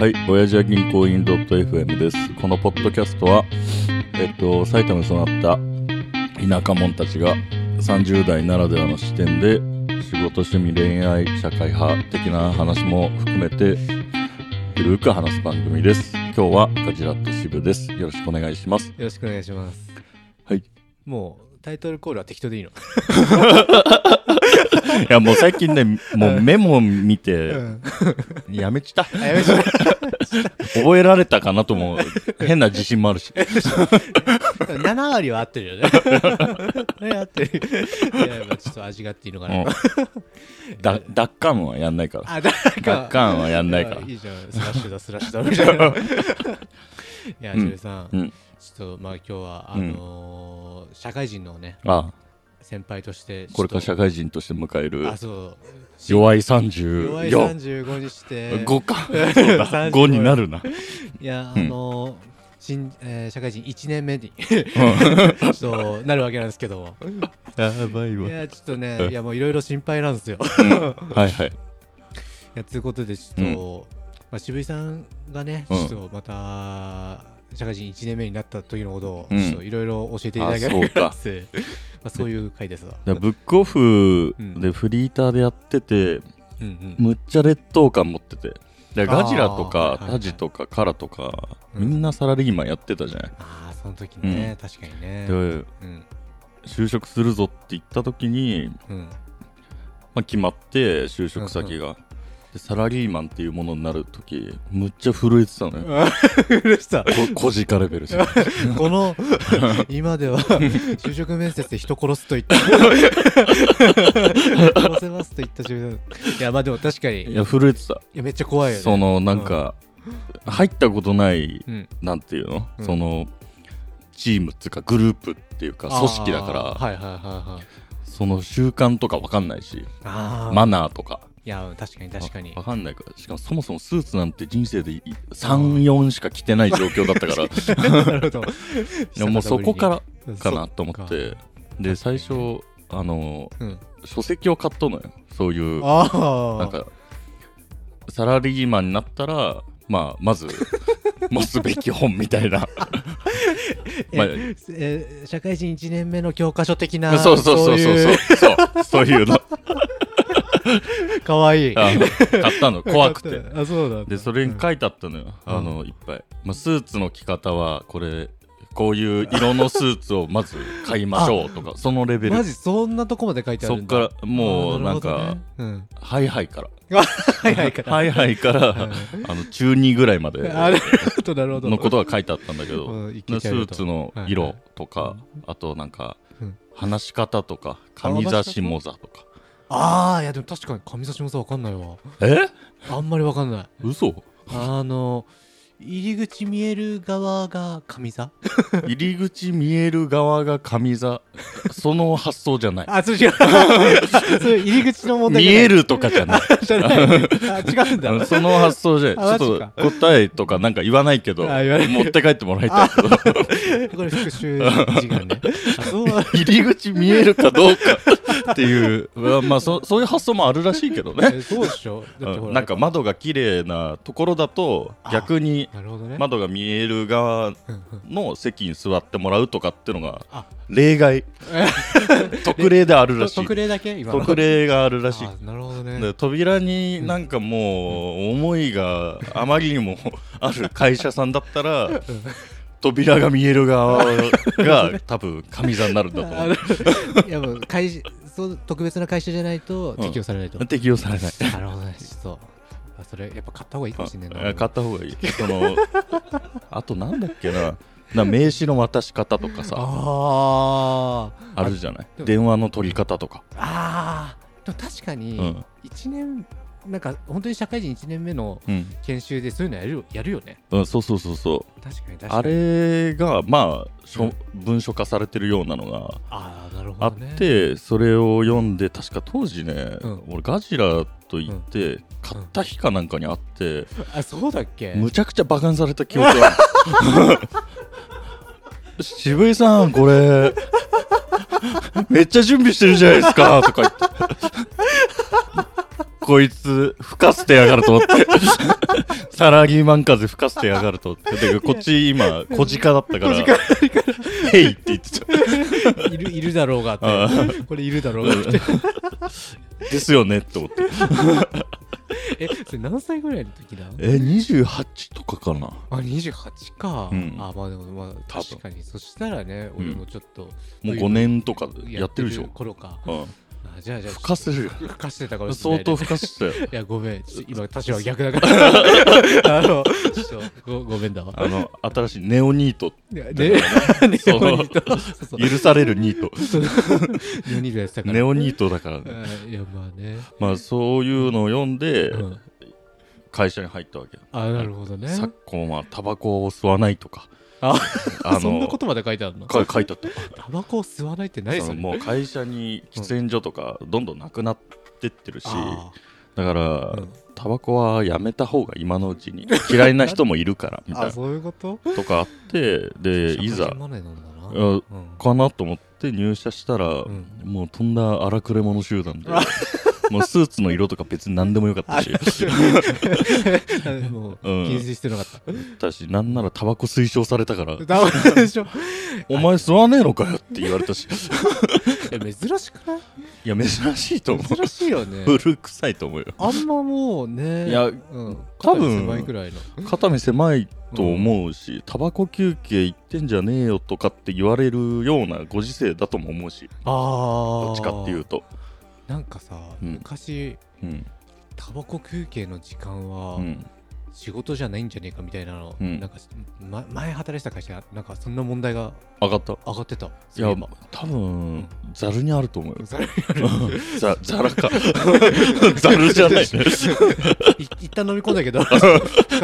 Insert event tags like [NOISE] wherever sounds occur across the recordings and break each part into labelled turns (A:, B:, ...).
A: はい、親父は銀行員 .fm です。このポッドキャストは、えっと、埼玉に育った田舎者たちが30代ならではの視点で仕事、趣味、恋愛、社会派的な話も含めてゆるく話す番組です。今日はガジラット支部です。よろしくお願いします。
B: よろしくお願いします。
A: はい。い
B: もうタイトルコールは適当でいいの。 [LAUGHS]
A: や、もう最近
B: [LAUGHS]
A: ね、もうメモ見て、やめちた。
B: [LAUGHS] あやめちゃっ
A: 覚えられたかなとも、変な自信もあるし。
B: た。7割は合ってるよね。 [LAUGHS] あれ合ってる。いややっぱちょっと味がっていいのかな。
A: うんだ奪還はやんないから。
B: あ、だ
A: 奪還はやんないから
B: い。いじゃん。スラッシュだ、スラッシュだ、
A: [LAUGHS]
B: みたいな。いや、しゅうさん、
A: うん。
B: ちょっとまあ今日は、あのー社会人のね、
A: あ
B: 先輩として、
A: これから社
B: 会
A: 会人として迎える
B: あ、そう。
A: 弱い
B: 弱い
A: 34
B: 35にして、
A: 5かそうだ [LAUGHS]
B: 35
A: 5になるな、
B: いや、
A: う
B: あ
A: ん
B: のー新えー社会人1年目に [LAUGHS] ちょっとなるわけなんですけども
A: やばい
B: いやちょっとねいやもういろいろ心配なんですよ。 [LAUGHS]
A: はいはい
B: いやということでちょっと、まあ、渋井さんがねち
A: うん
B: ょっとまた社会人1年目になった時のことを
A: うん
B: ちょっといろいろ教えていただけれ
A: あ
B: ば [LAUGHS] まあそういう回ですわ。
A: でブックオフでフリーターでやってて
B: うんうん
A: むっちゃ劣等感持っててでガジラと
B: あ
A: か
B: ー
A: タジとかカラとか
B: うん
A: みんなサラリーマンやってたじゃない、
B: ああその時ね、確かにね。
A: で
B: うん
A: 就職するぞって言った時に、
B: うん [LAUGHS]
A: まあ、決まって就職先が、でサラリーマンっていうものになる時むっちゃ震えてたのよ
B: うるさい
A: 小鹿レベルじゃん
B: [LAUGHS] この今では就職面接で人殺すと言った殺せますと言った中いやまあでも確かに
A: い
B: い
A: や震えてた、
B: やめっちゃ怖いよね
A: そのなんか、入ったことない
B: うん
A: なんていうの、
B: うん
A: そのチームっていうかグループっていうか組織だから、
B: あーはいはいはいはい
A: その習慣とかわかんないし
B: ああ
A: マナーとか
B: いや確かに確かに
A: わかんないからしかもそもそもスーツなんて人生で34しか着てない状況だっ
B: [LAUGHS]
A: たから [LAUGHS] い
B: なるほど
A: やもうそこから
B: ら
A: かなと思ってで最初あの
B: うん
A: 書籍を買っとんのよそういう
B: ああ
A: なんかサラリーマンになったら、まあ、ま
B: [LAUGHS]
A: ず持つべき本みたいな、まあ
B: ええ社会人1年目の教科書的な
A: そうそうそうそう
B: い
A: そうそうそういう
B: [LAUGHS]
A: の
B: かわいい
A: あの買ったの怖くて
B: あそうなんだ
A: でそれに書いてあったのよ、あのいっぱい、まあ、スーツの着方はこれこういう色のスーツをまず買いましょうとかそのレベル
B: マジそんなとこまで書いてあ
A: そ
B: る
A: っ
B: ん
A: か
B: だ
A: らもう
B: あ
A: なん
B: ーるほど
A: か、
B: ねうん
A: ハイハイから
B: はいは
A: [LAUGHS]
B: いから。
A: ハイハイから、あの中2ぐらいまで
B: あなるほど、なるほど。
A: のことが書いてあったんだけど、
B: うんい
A: ス
B: けちゃうよ
A: ー
B: と
A: ツの色とか、あとなんか、
B: うん
A: 話し方とか髪差しもざとか
B: ああ、いや、でも確かに神差しもさ、わかんないわ。
A: え
B: あんまりわかんない。
A: 嘘
B: あの、入り口見える側が神座
A: 入り口見える側が髪座その発想じゃない
B: [LAUGHS] [LAUGHS] あ、それ違う。それ入り口の問題
A: 見
B: じゃない。
A: えるとかじゃない
B: [LAUGHS] じゃ
A: [LAUGHS]
B: ない。あ、違うんだ。
A: その発想じゃない
B: あ
A: ちょっ
B: マジ
A: と答えとかなんか言わないけど
B: あ言わない
A: 持って帰ってもらいたいけど
B: これ復習時間
A: [LAUGHS]
B: ね。あ、そうなん
A: 入り口見えるかどうかっていう [LAUGHS] まあまあそそういう発想もあるらしいけどね
B: えそうでしょだってほ
A: う
B: ら
A: んなんか窓が綺麗なところだと逆に
B: なるほどね。
A: 窓が見える側の席に座ってもらうとかってのが
B: あ
A: 例 [LAUGHS] 外特例であるらしい
B: 特例だけ今の
A: 特例があるらしい
B: あなるほどね
A: で。扉になんかもう思いがあまりにもある会社さんだったら扉が見える側が多分神座になるんだと思
B: いや、もう、会社、そう特別な会社じゃないと適用されないと
A: う。適用されない
B: なるほどね、ちょっと。あそれ、やっぱ買った方がいいかもしれない
A: あ
B: な。
A: 買った方がいいそのあとなんだっけなな名刺の渡し方とかさ
B: あー
A: あるじゃない
B: でも
A: 電話の取り方とか
B: あー。でも確か
A: う
B: に
A: ん、
B: 1年、なんか本当に社会人1年目の
A: うん、
B: 研修でそういうのやるよやるよね。
A: うん、そうそうそうそう
B: 確かに確かに。
A: あれがまあ書
B: うん
A: 文書化されてるようなのが
B: あーなるほ
A: あ
B: ど
A: っ
B: ね。
A: てそれを読んで確か当時ね、
B: うん
A: 俺ガジラと言って買った日かなんかにあって、
B: あ、そうだっけ
A: むちゃくちゃバカにされた記憶がある [LAUGHS] 渋井さんこれめっちゃ準備してるじゃないですかとか言ってこいつ吹かせてやがると思ってサラリーマン風吹かせてやがると思ってでこっち今小鹿だったから「へい」って言ってた
B: いるいるだろうがって
A: あ
B: これいるだろうがって
A: ですよねって思って
B: えそれ何歳ぐらいの時だ
A: え28とかかな
B: あ28か、
A: うん
B: あまあでもまあ
A: 多分
B: 確かにそしたらね
A: うん
B: 俺もちょっと
A: もう5年とかやってるでしょ
B: 頃か
A: うん
B: あじゃあじゃあ
A: 吹かせるよ
B: 吹かしてたかもしれ
A: 相
B: ないね、
A: 当吹かせたよ
B: いやごめんちょ今立場は逆だから
A: [LAUGHS]
B: あのちょっとごごめんだわ
A: あの新しいネオニート
B: ねねネオニートそうそう
A: 許されるニ
B: [LAUGHS]
A: ート
B: ネオニートやってたから
A: ネオニートだからね
B: うんいやまあね、
A: まあそういうのを読んで
B: うん、
A: 会社に入ったわけ
B: あなるほどね
A: 昨今はタバコを吸わないとか
B: あ
A: あの
B: そんなことまで書いてあるの
A: か書いてあった
B: タバコを吸わないってないで
A: その
B: すよ
A: も
B: ね
A: う会社に喫煙所とかどんどんなくなってってるし
B: あ
A: だから
B: うん
A: タバコはやめた方が今のうちに嫌いな人もいるからみ
B: ー
A: た
B: [LAUGHS] あ
A: い
B: そういうこと
A: なとかあってでいざ
B: 社会人マネーなんだな
A: う
B: うん
A: かなと思って入社したら
B: ん
A: もうとんだ荒くれ者集団で [LAUGHS] もうスーツの色とか別に何でもよかったし
B: [LAUGHS] もう
A: うん
B: 禁止してなかった。
A: だしなんならタバコ推奨された
B: [LAUGHS]
A: から
B: ダメでしょ。
A: 「お前吸わねえのかよ」って言われ
B: [LAUGHS]
A: たし
B: いや珍しくない
A: いや珍しいと思う
B: 珍しいよ
A: [LAUGHS]
B: [LAUGHS] ね。
A: 古臭いと思うよ
B: あんまもうね。
A: いや
B: うん、
A: 多分
B: 肩に狭いくらいの。
A: 肩身狭いと思うし、タバコ休憩行ってんじゃねえよとかって言われるようなご時世だとも思うし
B: ああ。
A: どっちかっていう。と、
B: なんかさ、
A: うん
B: 昔、
A: うん
B: タバコ休憩の時間は、
A: うん、
B: 仕事じゃないんじゃねえかみたいなの、
A: うん
B: なんか、ま、前働いてた会社、なんかそんな問題が
A: 上がったい
B: 上がってた。い
A: や多分ざるにあると思うよ
B: それ
A: ざざら [LAUGHS] か [LAUGHS] ざるじゃないね
B: [LAUGHS] い一旦飲み込ん
A: [LAUGHS]
B: だけど、深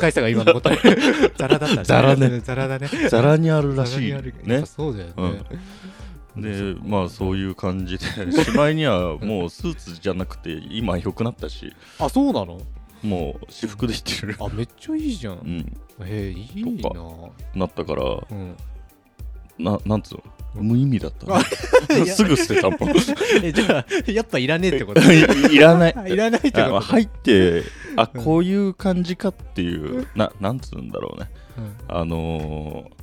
B: 海さんが今の答え、 [LAUGHS] ザラだったね。
A: ザラね
B: ザラだね。
A: ざらにあるら
B: ザラ
A: しい
B: にあるやっ
A: ね
B: ぱそうだよね。
A: でまあそういう感じで [LAUGHS] しまいにはもうスーツじゃなくて今良くなったし
B: あ、そうなの
A: もう私服で行ってる
B: あ、めっちゃいいじゃ
A: う
B: ん。
A: ん
B: へえ、いいな
A: とかなったから
B: うん。
A: ななんつうの無意味だったね、
B: いや
A: すぐ捨てたもん
B: [LAUGHS] え、じゃあ、やっぱいらねえってこと
A: いいらない。
B: [LAUGHS] いらないって
A: あ
B: こと
A: 入って、あ、
B: うん
A: こういう感じかっていう、ななんつうんだろうね。あのー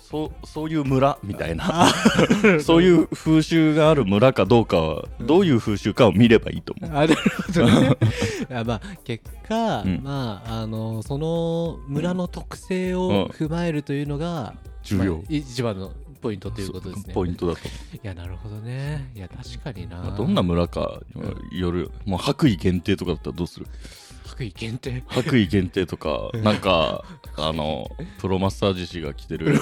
A: そうそういう村みたいな [LAUGHS] そういう風習がある村かどうかは、
B: うん
A: どういう風習かを見ればいいと思
B: あなるほどね [LAUGHS] あまあ結果、
A: うん
B: まああのその村の特性
A: うん
B: を踏まえるというのが、
A: 重要
B: まあ一番のポイント
A: う
B: ということですね
A: ポイントだと思
B: いやなるほどねいや確かにな、
A: うまあどんな村かにもよるよねもう白衣限定とかだったらどう
B: [LAUGHS]
A: する
B: 福井限定
A: 白衣限定とかなんかあのプロマッサージ師が着て
B: [LAUGHS]
A: る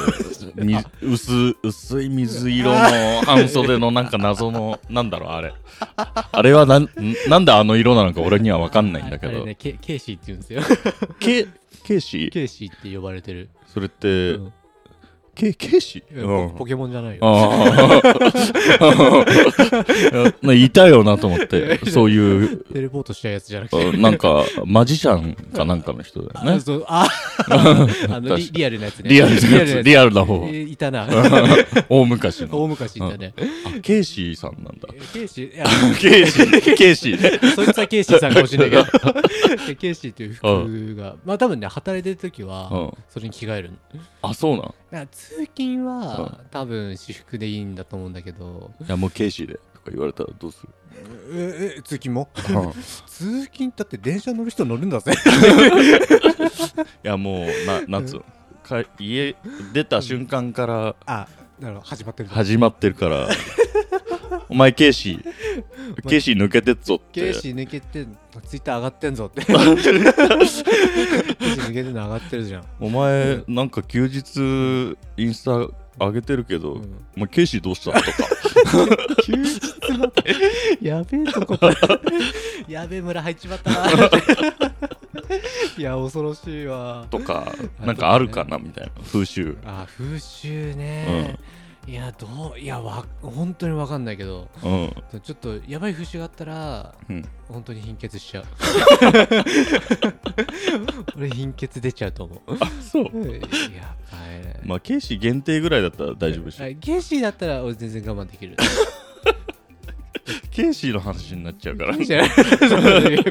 A: み薄薄い水色の半袖のなんか謎のなんだろうあれあれはなんなんであの色なのか俺には分かんないんだけ
B: ああれ
A: ど、
B: ねケケイシーって言う
A: [LAUGHS]
B: んですよ
A: ケケイシー
B: ケイシーって呼ばれてる、
A: それって、
B: うん
A: ケケイシー、
B: ポ
A: うん
B: ポケモンじゃないよ
A: あ [LAUGHS] あいたよなと思ってそういう
B: テレポートしたやつじゃなくて
A: うんなんかマジシャンかなんかの人だよ
B: あ
A: ね
B: そう [LAUGHS] ああのリリアルなやつね
A: リアルなやつリ
B: ア
A: アルな方
B: ルなやついたな
A: [LAUGHS] 大昔の
B: 大昔いたね、
A: あケイシーさんなんだ。
B: ケイシーいや
A: [LAUGHS] ケイシー、ケイシーね。
B: そいつはケイシーさんかもしれない
A: [LAUGHS]
B: けどでケイシーという服が、まあ多分ね働いてる時は
A: うん
B: それに着替えるの
A: あ、そうなん。
B: だから通勤は、多分私服でいいんだと思うんだけど
A: いや、もうケイシーで。とか言われたらどうする
B: ええ通勤も [LAUGHS] 通勤だって電車乗る人乗るんだぜ
A: いや、もう、な、なんつうのか家出た瞬間から
B: あなるほど始まってる
A: 始まってるから、 [LAUGHS] お前ケイシー、ケイシー抜けてっぞって。
B: ケイシー抜けてツイッター上がってんぞってケイシー抜けてんの上がってるじゃん、
A: お前、なんか休日、インスタ上げてるけど、
B: うん
A: お前ケイシーどうしたとか。
B: 休日までやべえとこだやべえ村入っちまったないや恐ろしいわ
A: と
B: [LAUGHS]
A: か、なんかあるかなみたいな、風習。
B: あ風習ね、いやどういやわ本当にわかんないけど
A: うん。
B: ちょっとやばい風習があったら
A: うん
B: 本当に貧血し [LAUGHS] ちゃう俺貧血出ちゃうと思う
A: あ、そう。
B: やばいね、
A: まあ、ケイシー限定ぐらいだったら大丈夫でしょ
B: あ。ゲイシーだったら俺全然我慢できる
A: ケイシーの話になっちゃうから
B: いい
A: ね
B: [LAUGHS] じゃんそうだねごめん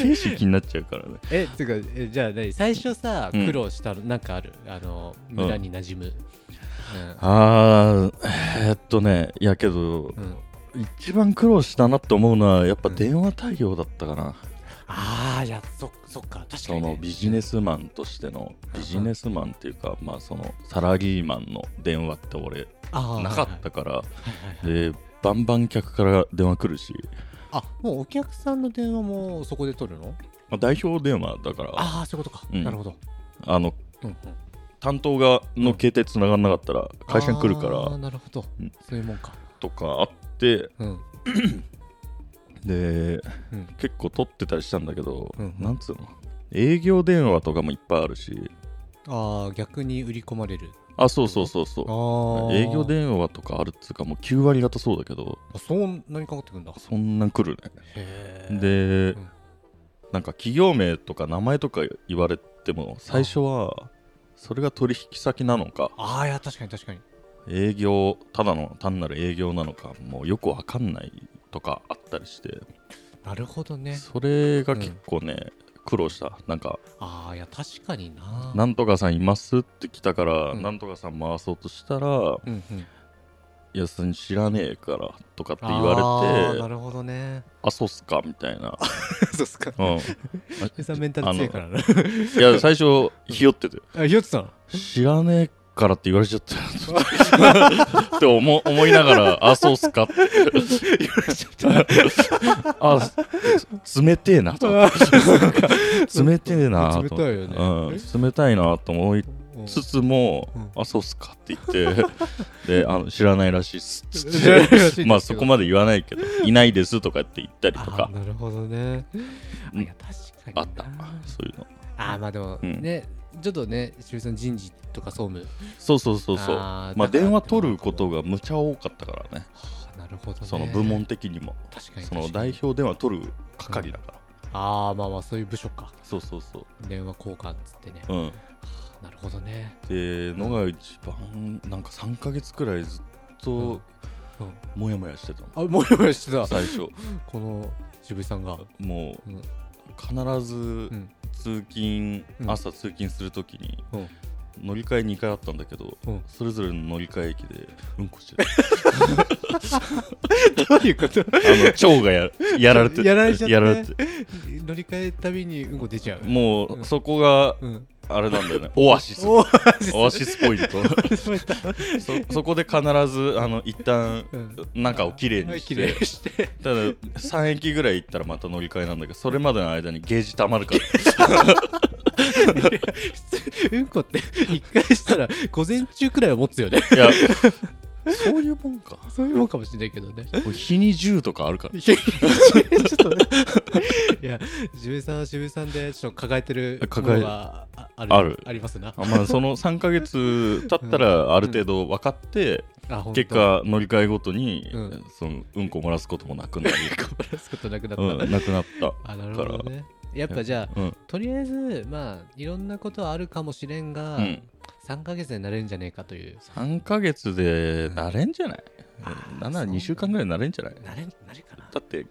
A: ケイシー気になっちゃうからね
B: えつうかえじゃあ何最初さ
A: うん
B: 苦労したの、なんかあるあの村に馴染む、
A: あーえーっとねいやけど
B: うんうん
A: 一番苦労したなって思うのはやっぱ
B: うん
A: 電話対応だったかな、
B: ああいやそそっか確か
A: そ
B: に、ね、
A: のビジネスマンとしてのビジネスマンっていうか、まあ、そのサラリーマンの電話って俺
B: あー
A: なかったから
B: はいはいはいはいはい
A: でバンバン客から電話来るし、
B: あもうお客さんの電話もそこで取るの
A: まあ、代表電話だからあ
B: ああそういうことか、
A: うん
B: なるほど、
A: の
B: うんうん、
A: 担当がの携帯繋がんなかったら会社に来るか
B: あー
A: ら
B: なるほど、
A: うん
B: そういうもんか
A: とかあって
B: うん
A: で
B: うん
A: 結構取ってたりしたんだけど、
B: うん
A: なんつうの営業電話とかもいっぱいあるし
B: ああ逆に売り込まれる
A: あそうそうそうそう
B: ああ
A: 営業電話とかあるっつうかもう9割方そうだけど
B: あそう何かかってくるんだ
A: そんなん来る
B: へ
A: ね
B: ー
A: で、
B: うん
A: なんか企業名とか名前とか言われても最初はそれが取引先なのか
B: ああいや確かに確かに
A: 営業ただの単なる営業なのかもうよくわかんないとかあったりして
B: なるほどね
A: それが結構ね、苦労したなんか
B: ああいや確かにな
A: なんとかさんいますって来たから、
B: うん
A: なんとかさん回そうとしたら
B: うんうん
A: 「いやそれ知らねえから」とかって言
B: あ
A: わ
B: ー
A: れ
B: な
A: て
B: るほどね
A: 「あそうっすか」みたいな、
B: そうっす [LAUGHS] か
A: うん、
B: ペさんメンタル強いからな
A: いや最初ひよってて
B: あひよってたの
A: 知らねえからって言われちゃったよ [LAUGHS] って思思いながら、あ、そうっすか [LAUGHS] って。あ、つ冷てえなと
B: [LAUGHS]
A: 思って。冷てえなと思って。
B: 冷たいよね
A: うん、冷たいなと思い
B: うん
A: つつも、
B: うん
A: あ、そうっすかって言って、で、あの知らないらしいっすっつって
B: 知らないらしいですけど
A: まあそこまで言わないけど、いないですとかって言ったりと
B: あ
A: か
B: ー、なるほどね
A: う
B: あ
A: ん
B: いや確かに
A: あ
B: な
A: った。そういうの。
B: あーまあでも
A: うん
B: ねちょっとね周さん人事とか総務
A: そうそうそうそう。
B: あー
A: まあ
B: だから
A: 電話取ることがむちゃ多かったからね。
B: あーなるほどね
A: その部門的にも。
B: 確かに
A: その
B: 確かに
A: 代表電話取る係だから、
B: ああまあまあそういう部署か
A: そうそうそ
B: 電話交換っつってね
A: ううんっ
B: なるほどね
A: てのが一番なんか3か月くらいずっと
B: うん
A: モヤモヤしてたの、
B: あもやもやしてた
A: 最初
B: この渋井さんが
A: もう
B: うん
A: 必ず
B: うん
A: 通勤、
B: うん
A: 朝通勤するときに
B: うん
A: 乗り換え2回あったんだけど、
B: うん
A: それぞれの乗り換え駅でうんこ
B: [LAUGHS]
A: してた
B: どういうこと
A: あの腸
B: [LAUGHS]
A: がややられて
B: やられちゃって
A: やられて
B: 乗り換えたびにうんこ出ちゃう
A: もうそこが
B: うん
A: あれなんだよねオアシス
B: おお
A: オアシスポイント
B: そうやった
A: そそこで必ずあの一旦
B: うん
A: 中をきれいにして
B: 綺麗にして [LAUGHS]
A: ただ3駅ぐらい行ったらまた乗り換えなんだけどそれまでの間にゲージたまるから
B: 普通うんこって一回したら午前中くらいは持つよね
A: [LAUGHS] いやそういうもんか
B: そういうもんかもしれないけど
A: [LAUGHS]
B: ね
A: 日に10とかあるから
B: いやちょっとねいや渋井さんは渋井さんでちょっと抱えてるも
A: 抱え
B: のがあある
A: ある
B: ありますな
A: あまあその3ヶ月経ったらある程度分かって、
B: あ本当
A: 結果乗り換えごとに、
B: うん
A: そのうんこ漏らすこともなくなり、
B: 漏らすことなくなった、
A: うん、なくなった
B: あなるほどねやっぱじゃあ
A: うん
B: とりあえずまあいろんなことはあるかもしれんが、
A: うん、
B: 3ヶ月でなれるんじゃねえかという
A: 3ヶ月でなれんじゃない、なんなら2週間ぐらいなれんじゃない
B: なれなれかな
A: だって
B: うん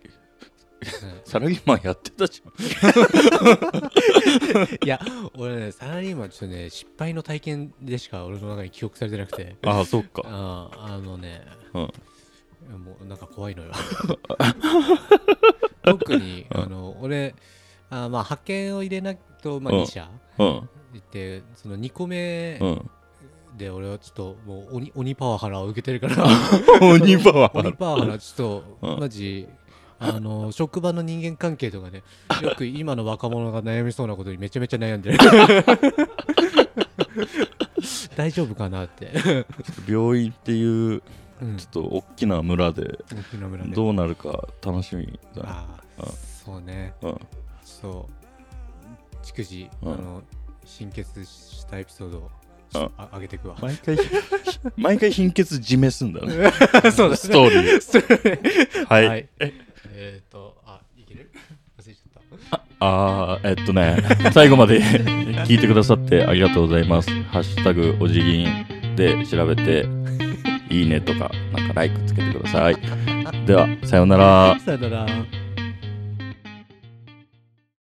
A: サラリーマンやってたじゃん
B: [LAUGHS] いや俺ねサラリーマンちょっとね失敗の体験でしか俺の中に記憶されてな
A: [LAUGHS]
B: くて
A: ああそっか、
B: あああのね
A: うん、
B: もうなんか怖
A: [LAUGHS]
B: いのよ特に
A: うん
B: あの俺あまあ派遣を入れないと、まあ、
A: うん
B: 2社
A: うん
B: 行ってその2個目
A: うん
B: で俺はちょっともう鬼鬼パワハラを受けてる
A: [LAUGHS]
B: から
A: 鬼パワ
B: 鬼
A: ー
B: パワハラちょっ
A: う
B: と
A: ん
B: マジあの職場の人間関係とか
A: [LAUGHS]
B: ねよく今の若者が悩みそうなことにめちゃめちゃ
A: [LAUGHS]
B: 悩んでる大丈夫かなって
A: 病院っていう
B: うん
A: ちょっと大きな村で
B: 沖縄村で
A: どうなるか楽しみだな、
B: ああ
A: うん
B: そうね
A: うん、
B: ちょっと逐次
A: う
B: あ
A: ん
B: の貧血したエピソードを
A: うん
B: あ上げていくわ
A: 毎回 [LAUGHS] 毎回貧血締めすんだね
B: [LAUGHS] そうだ
A: ストーリーはい、
B: はいえっとあいける忘れちゃった
A: あーえっとね最後まで [LAUGHS] 聞いてくださってありがとうございます「ハッシュタグおじぎん」で調べて「いいね」とかなんか「ライク」つけてください
C: では、さようなら。
A: さよなら。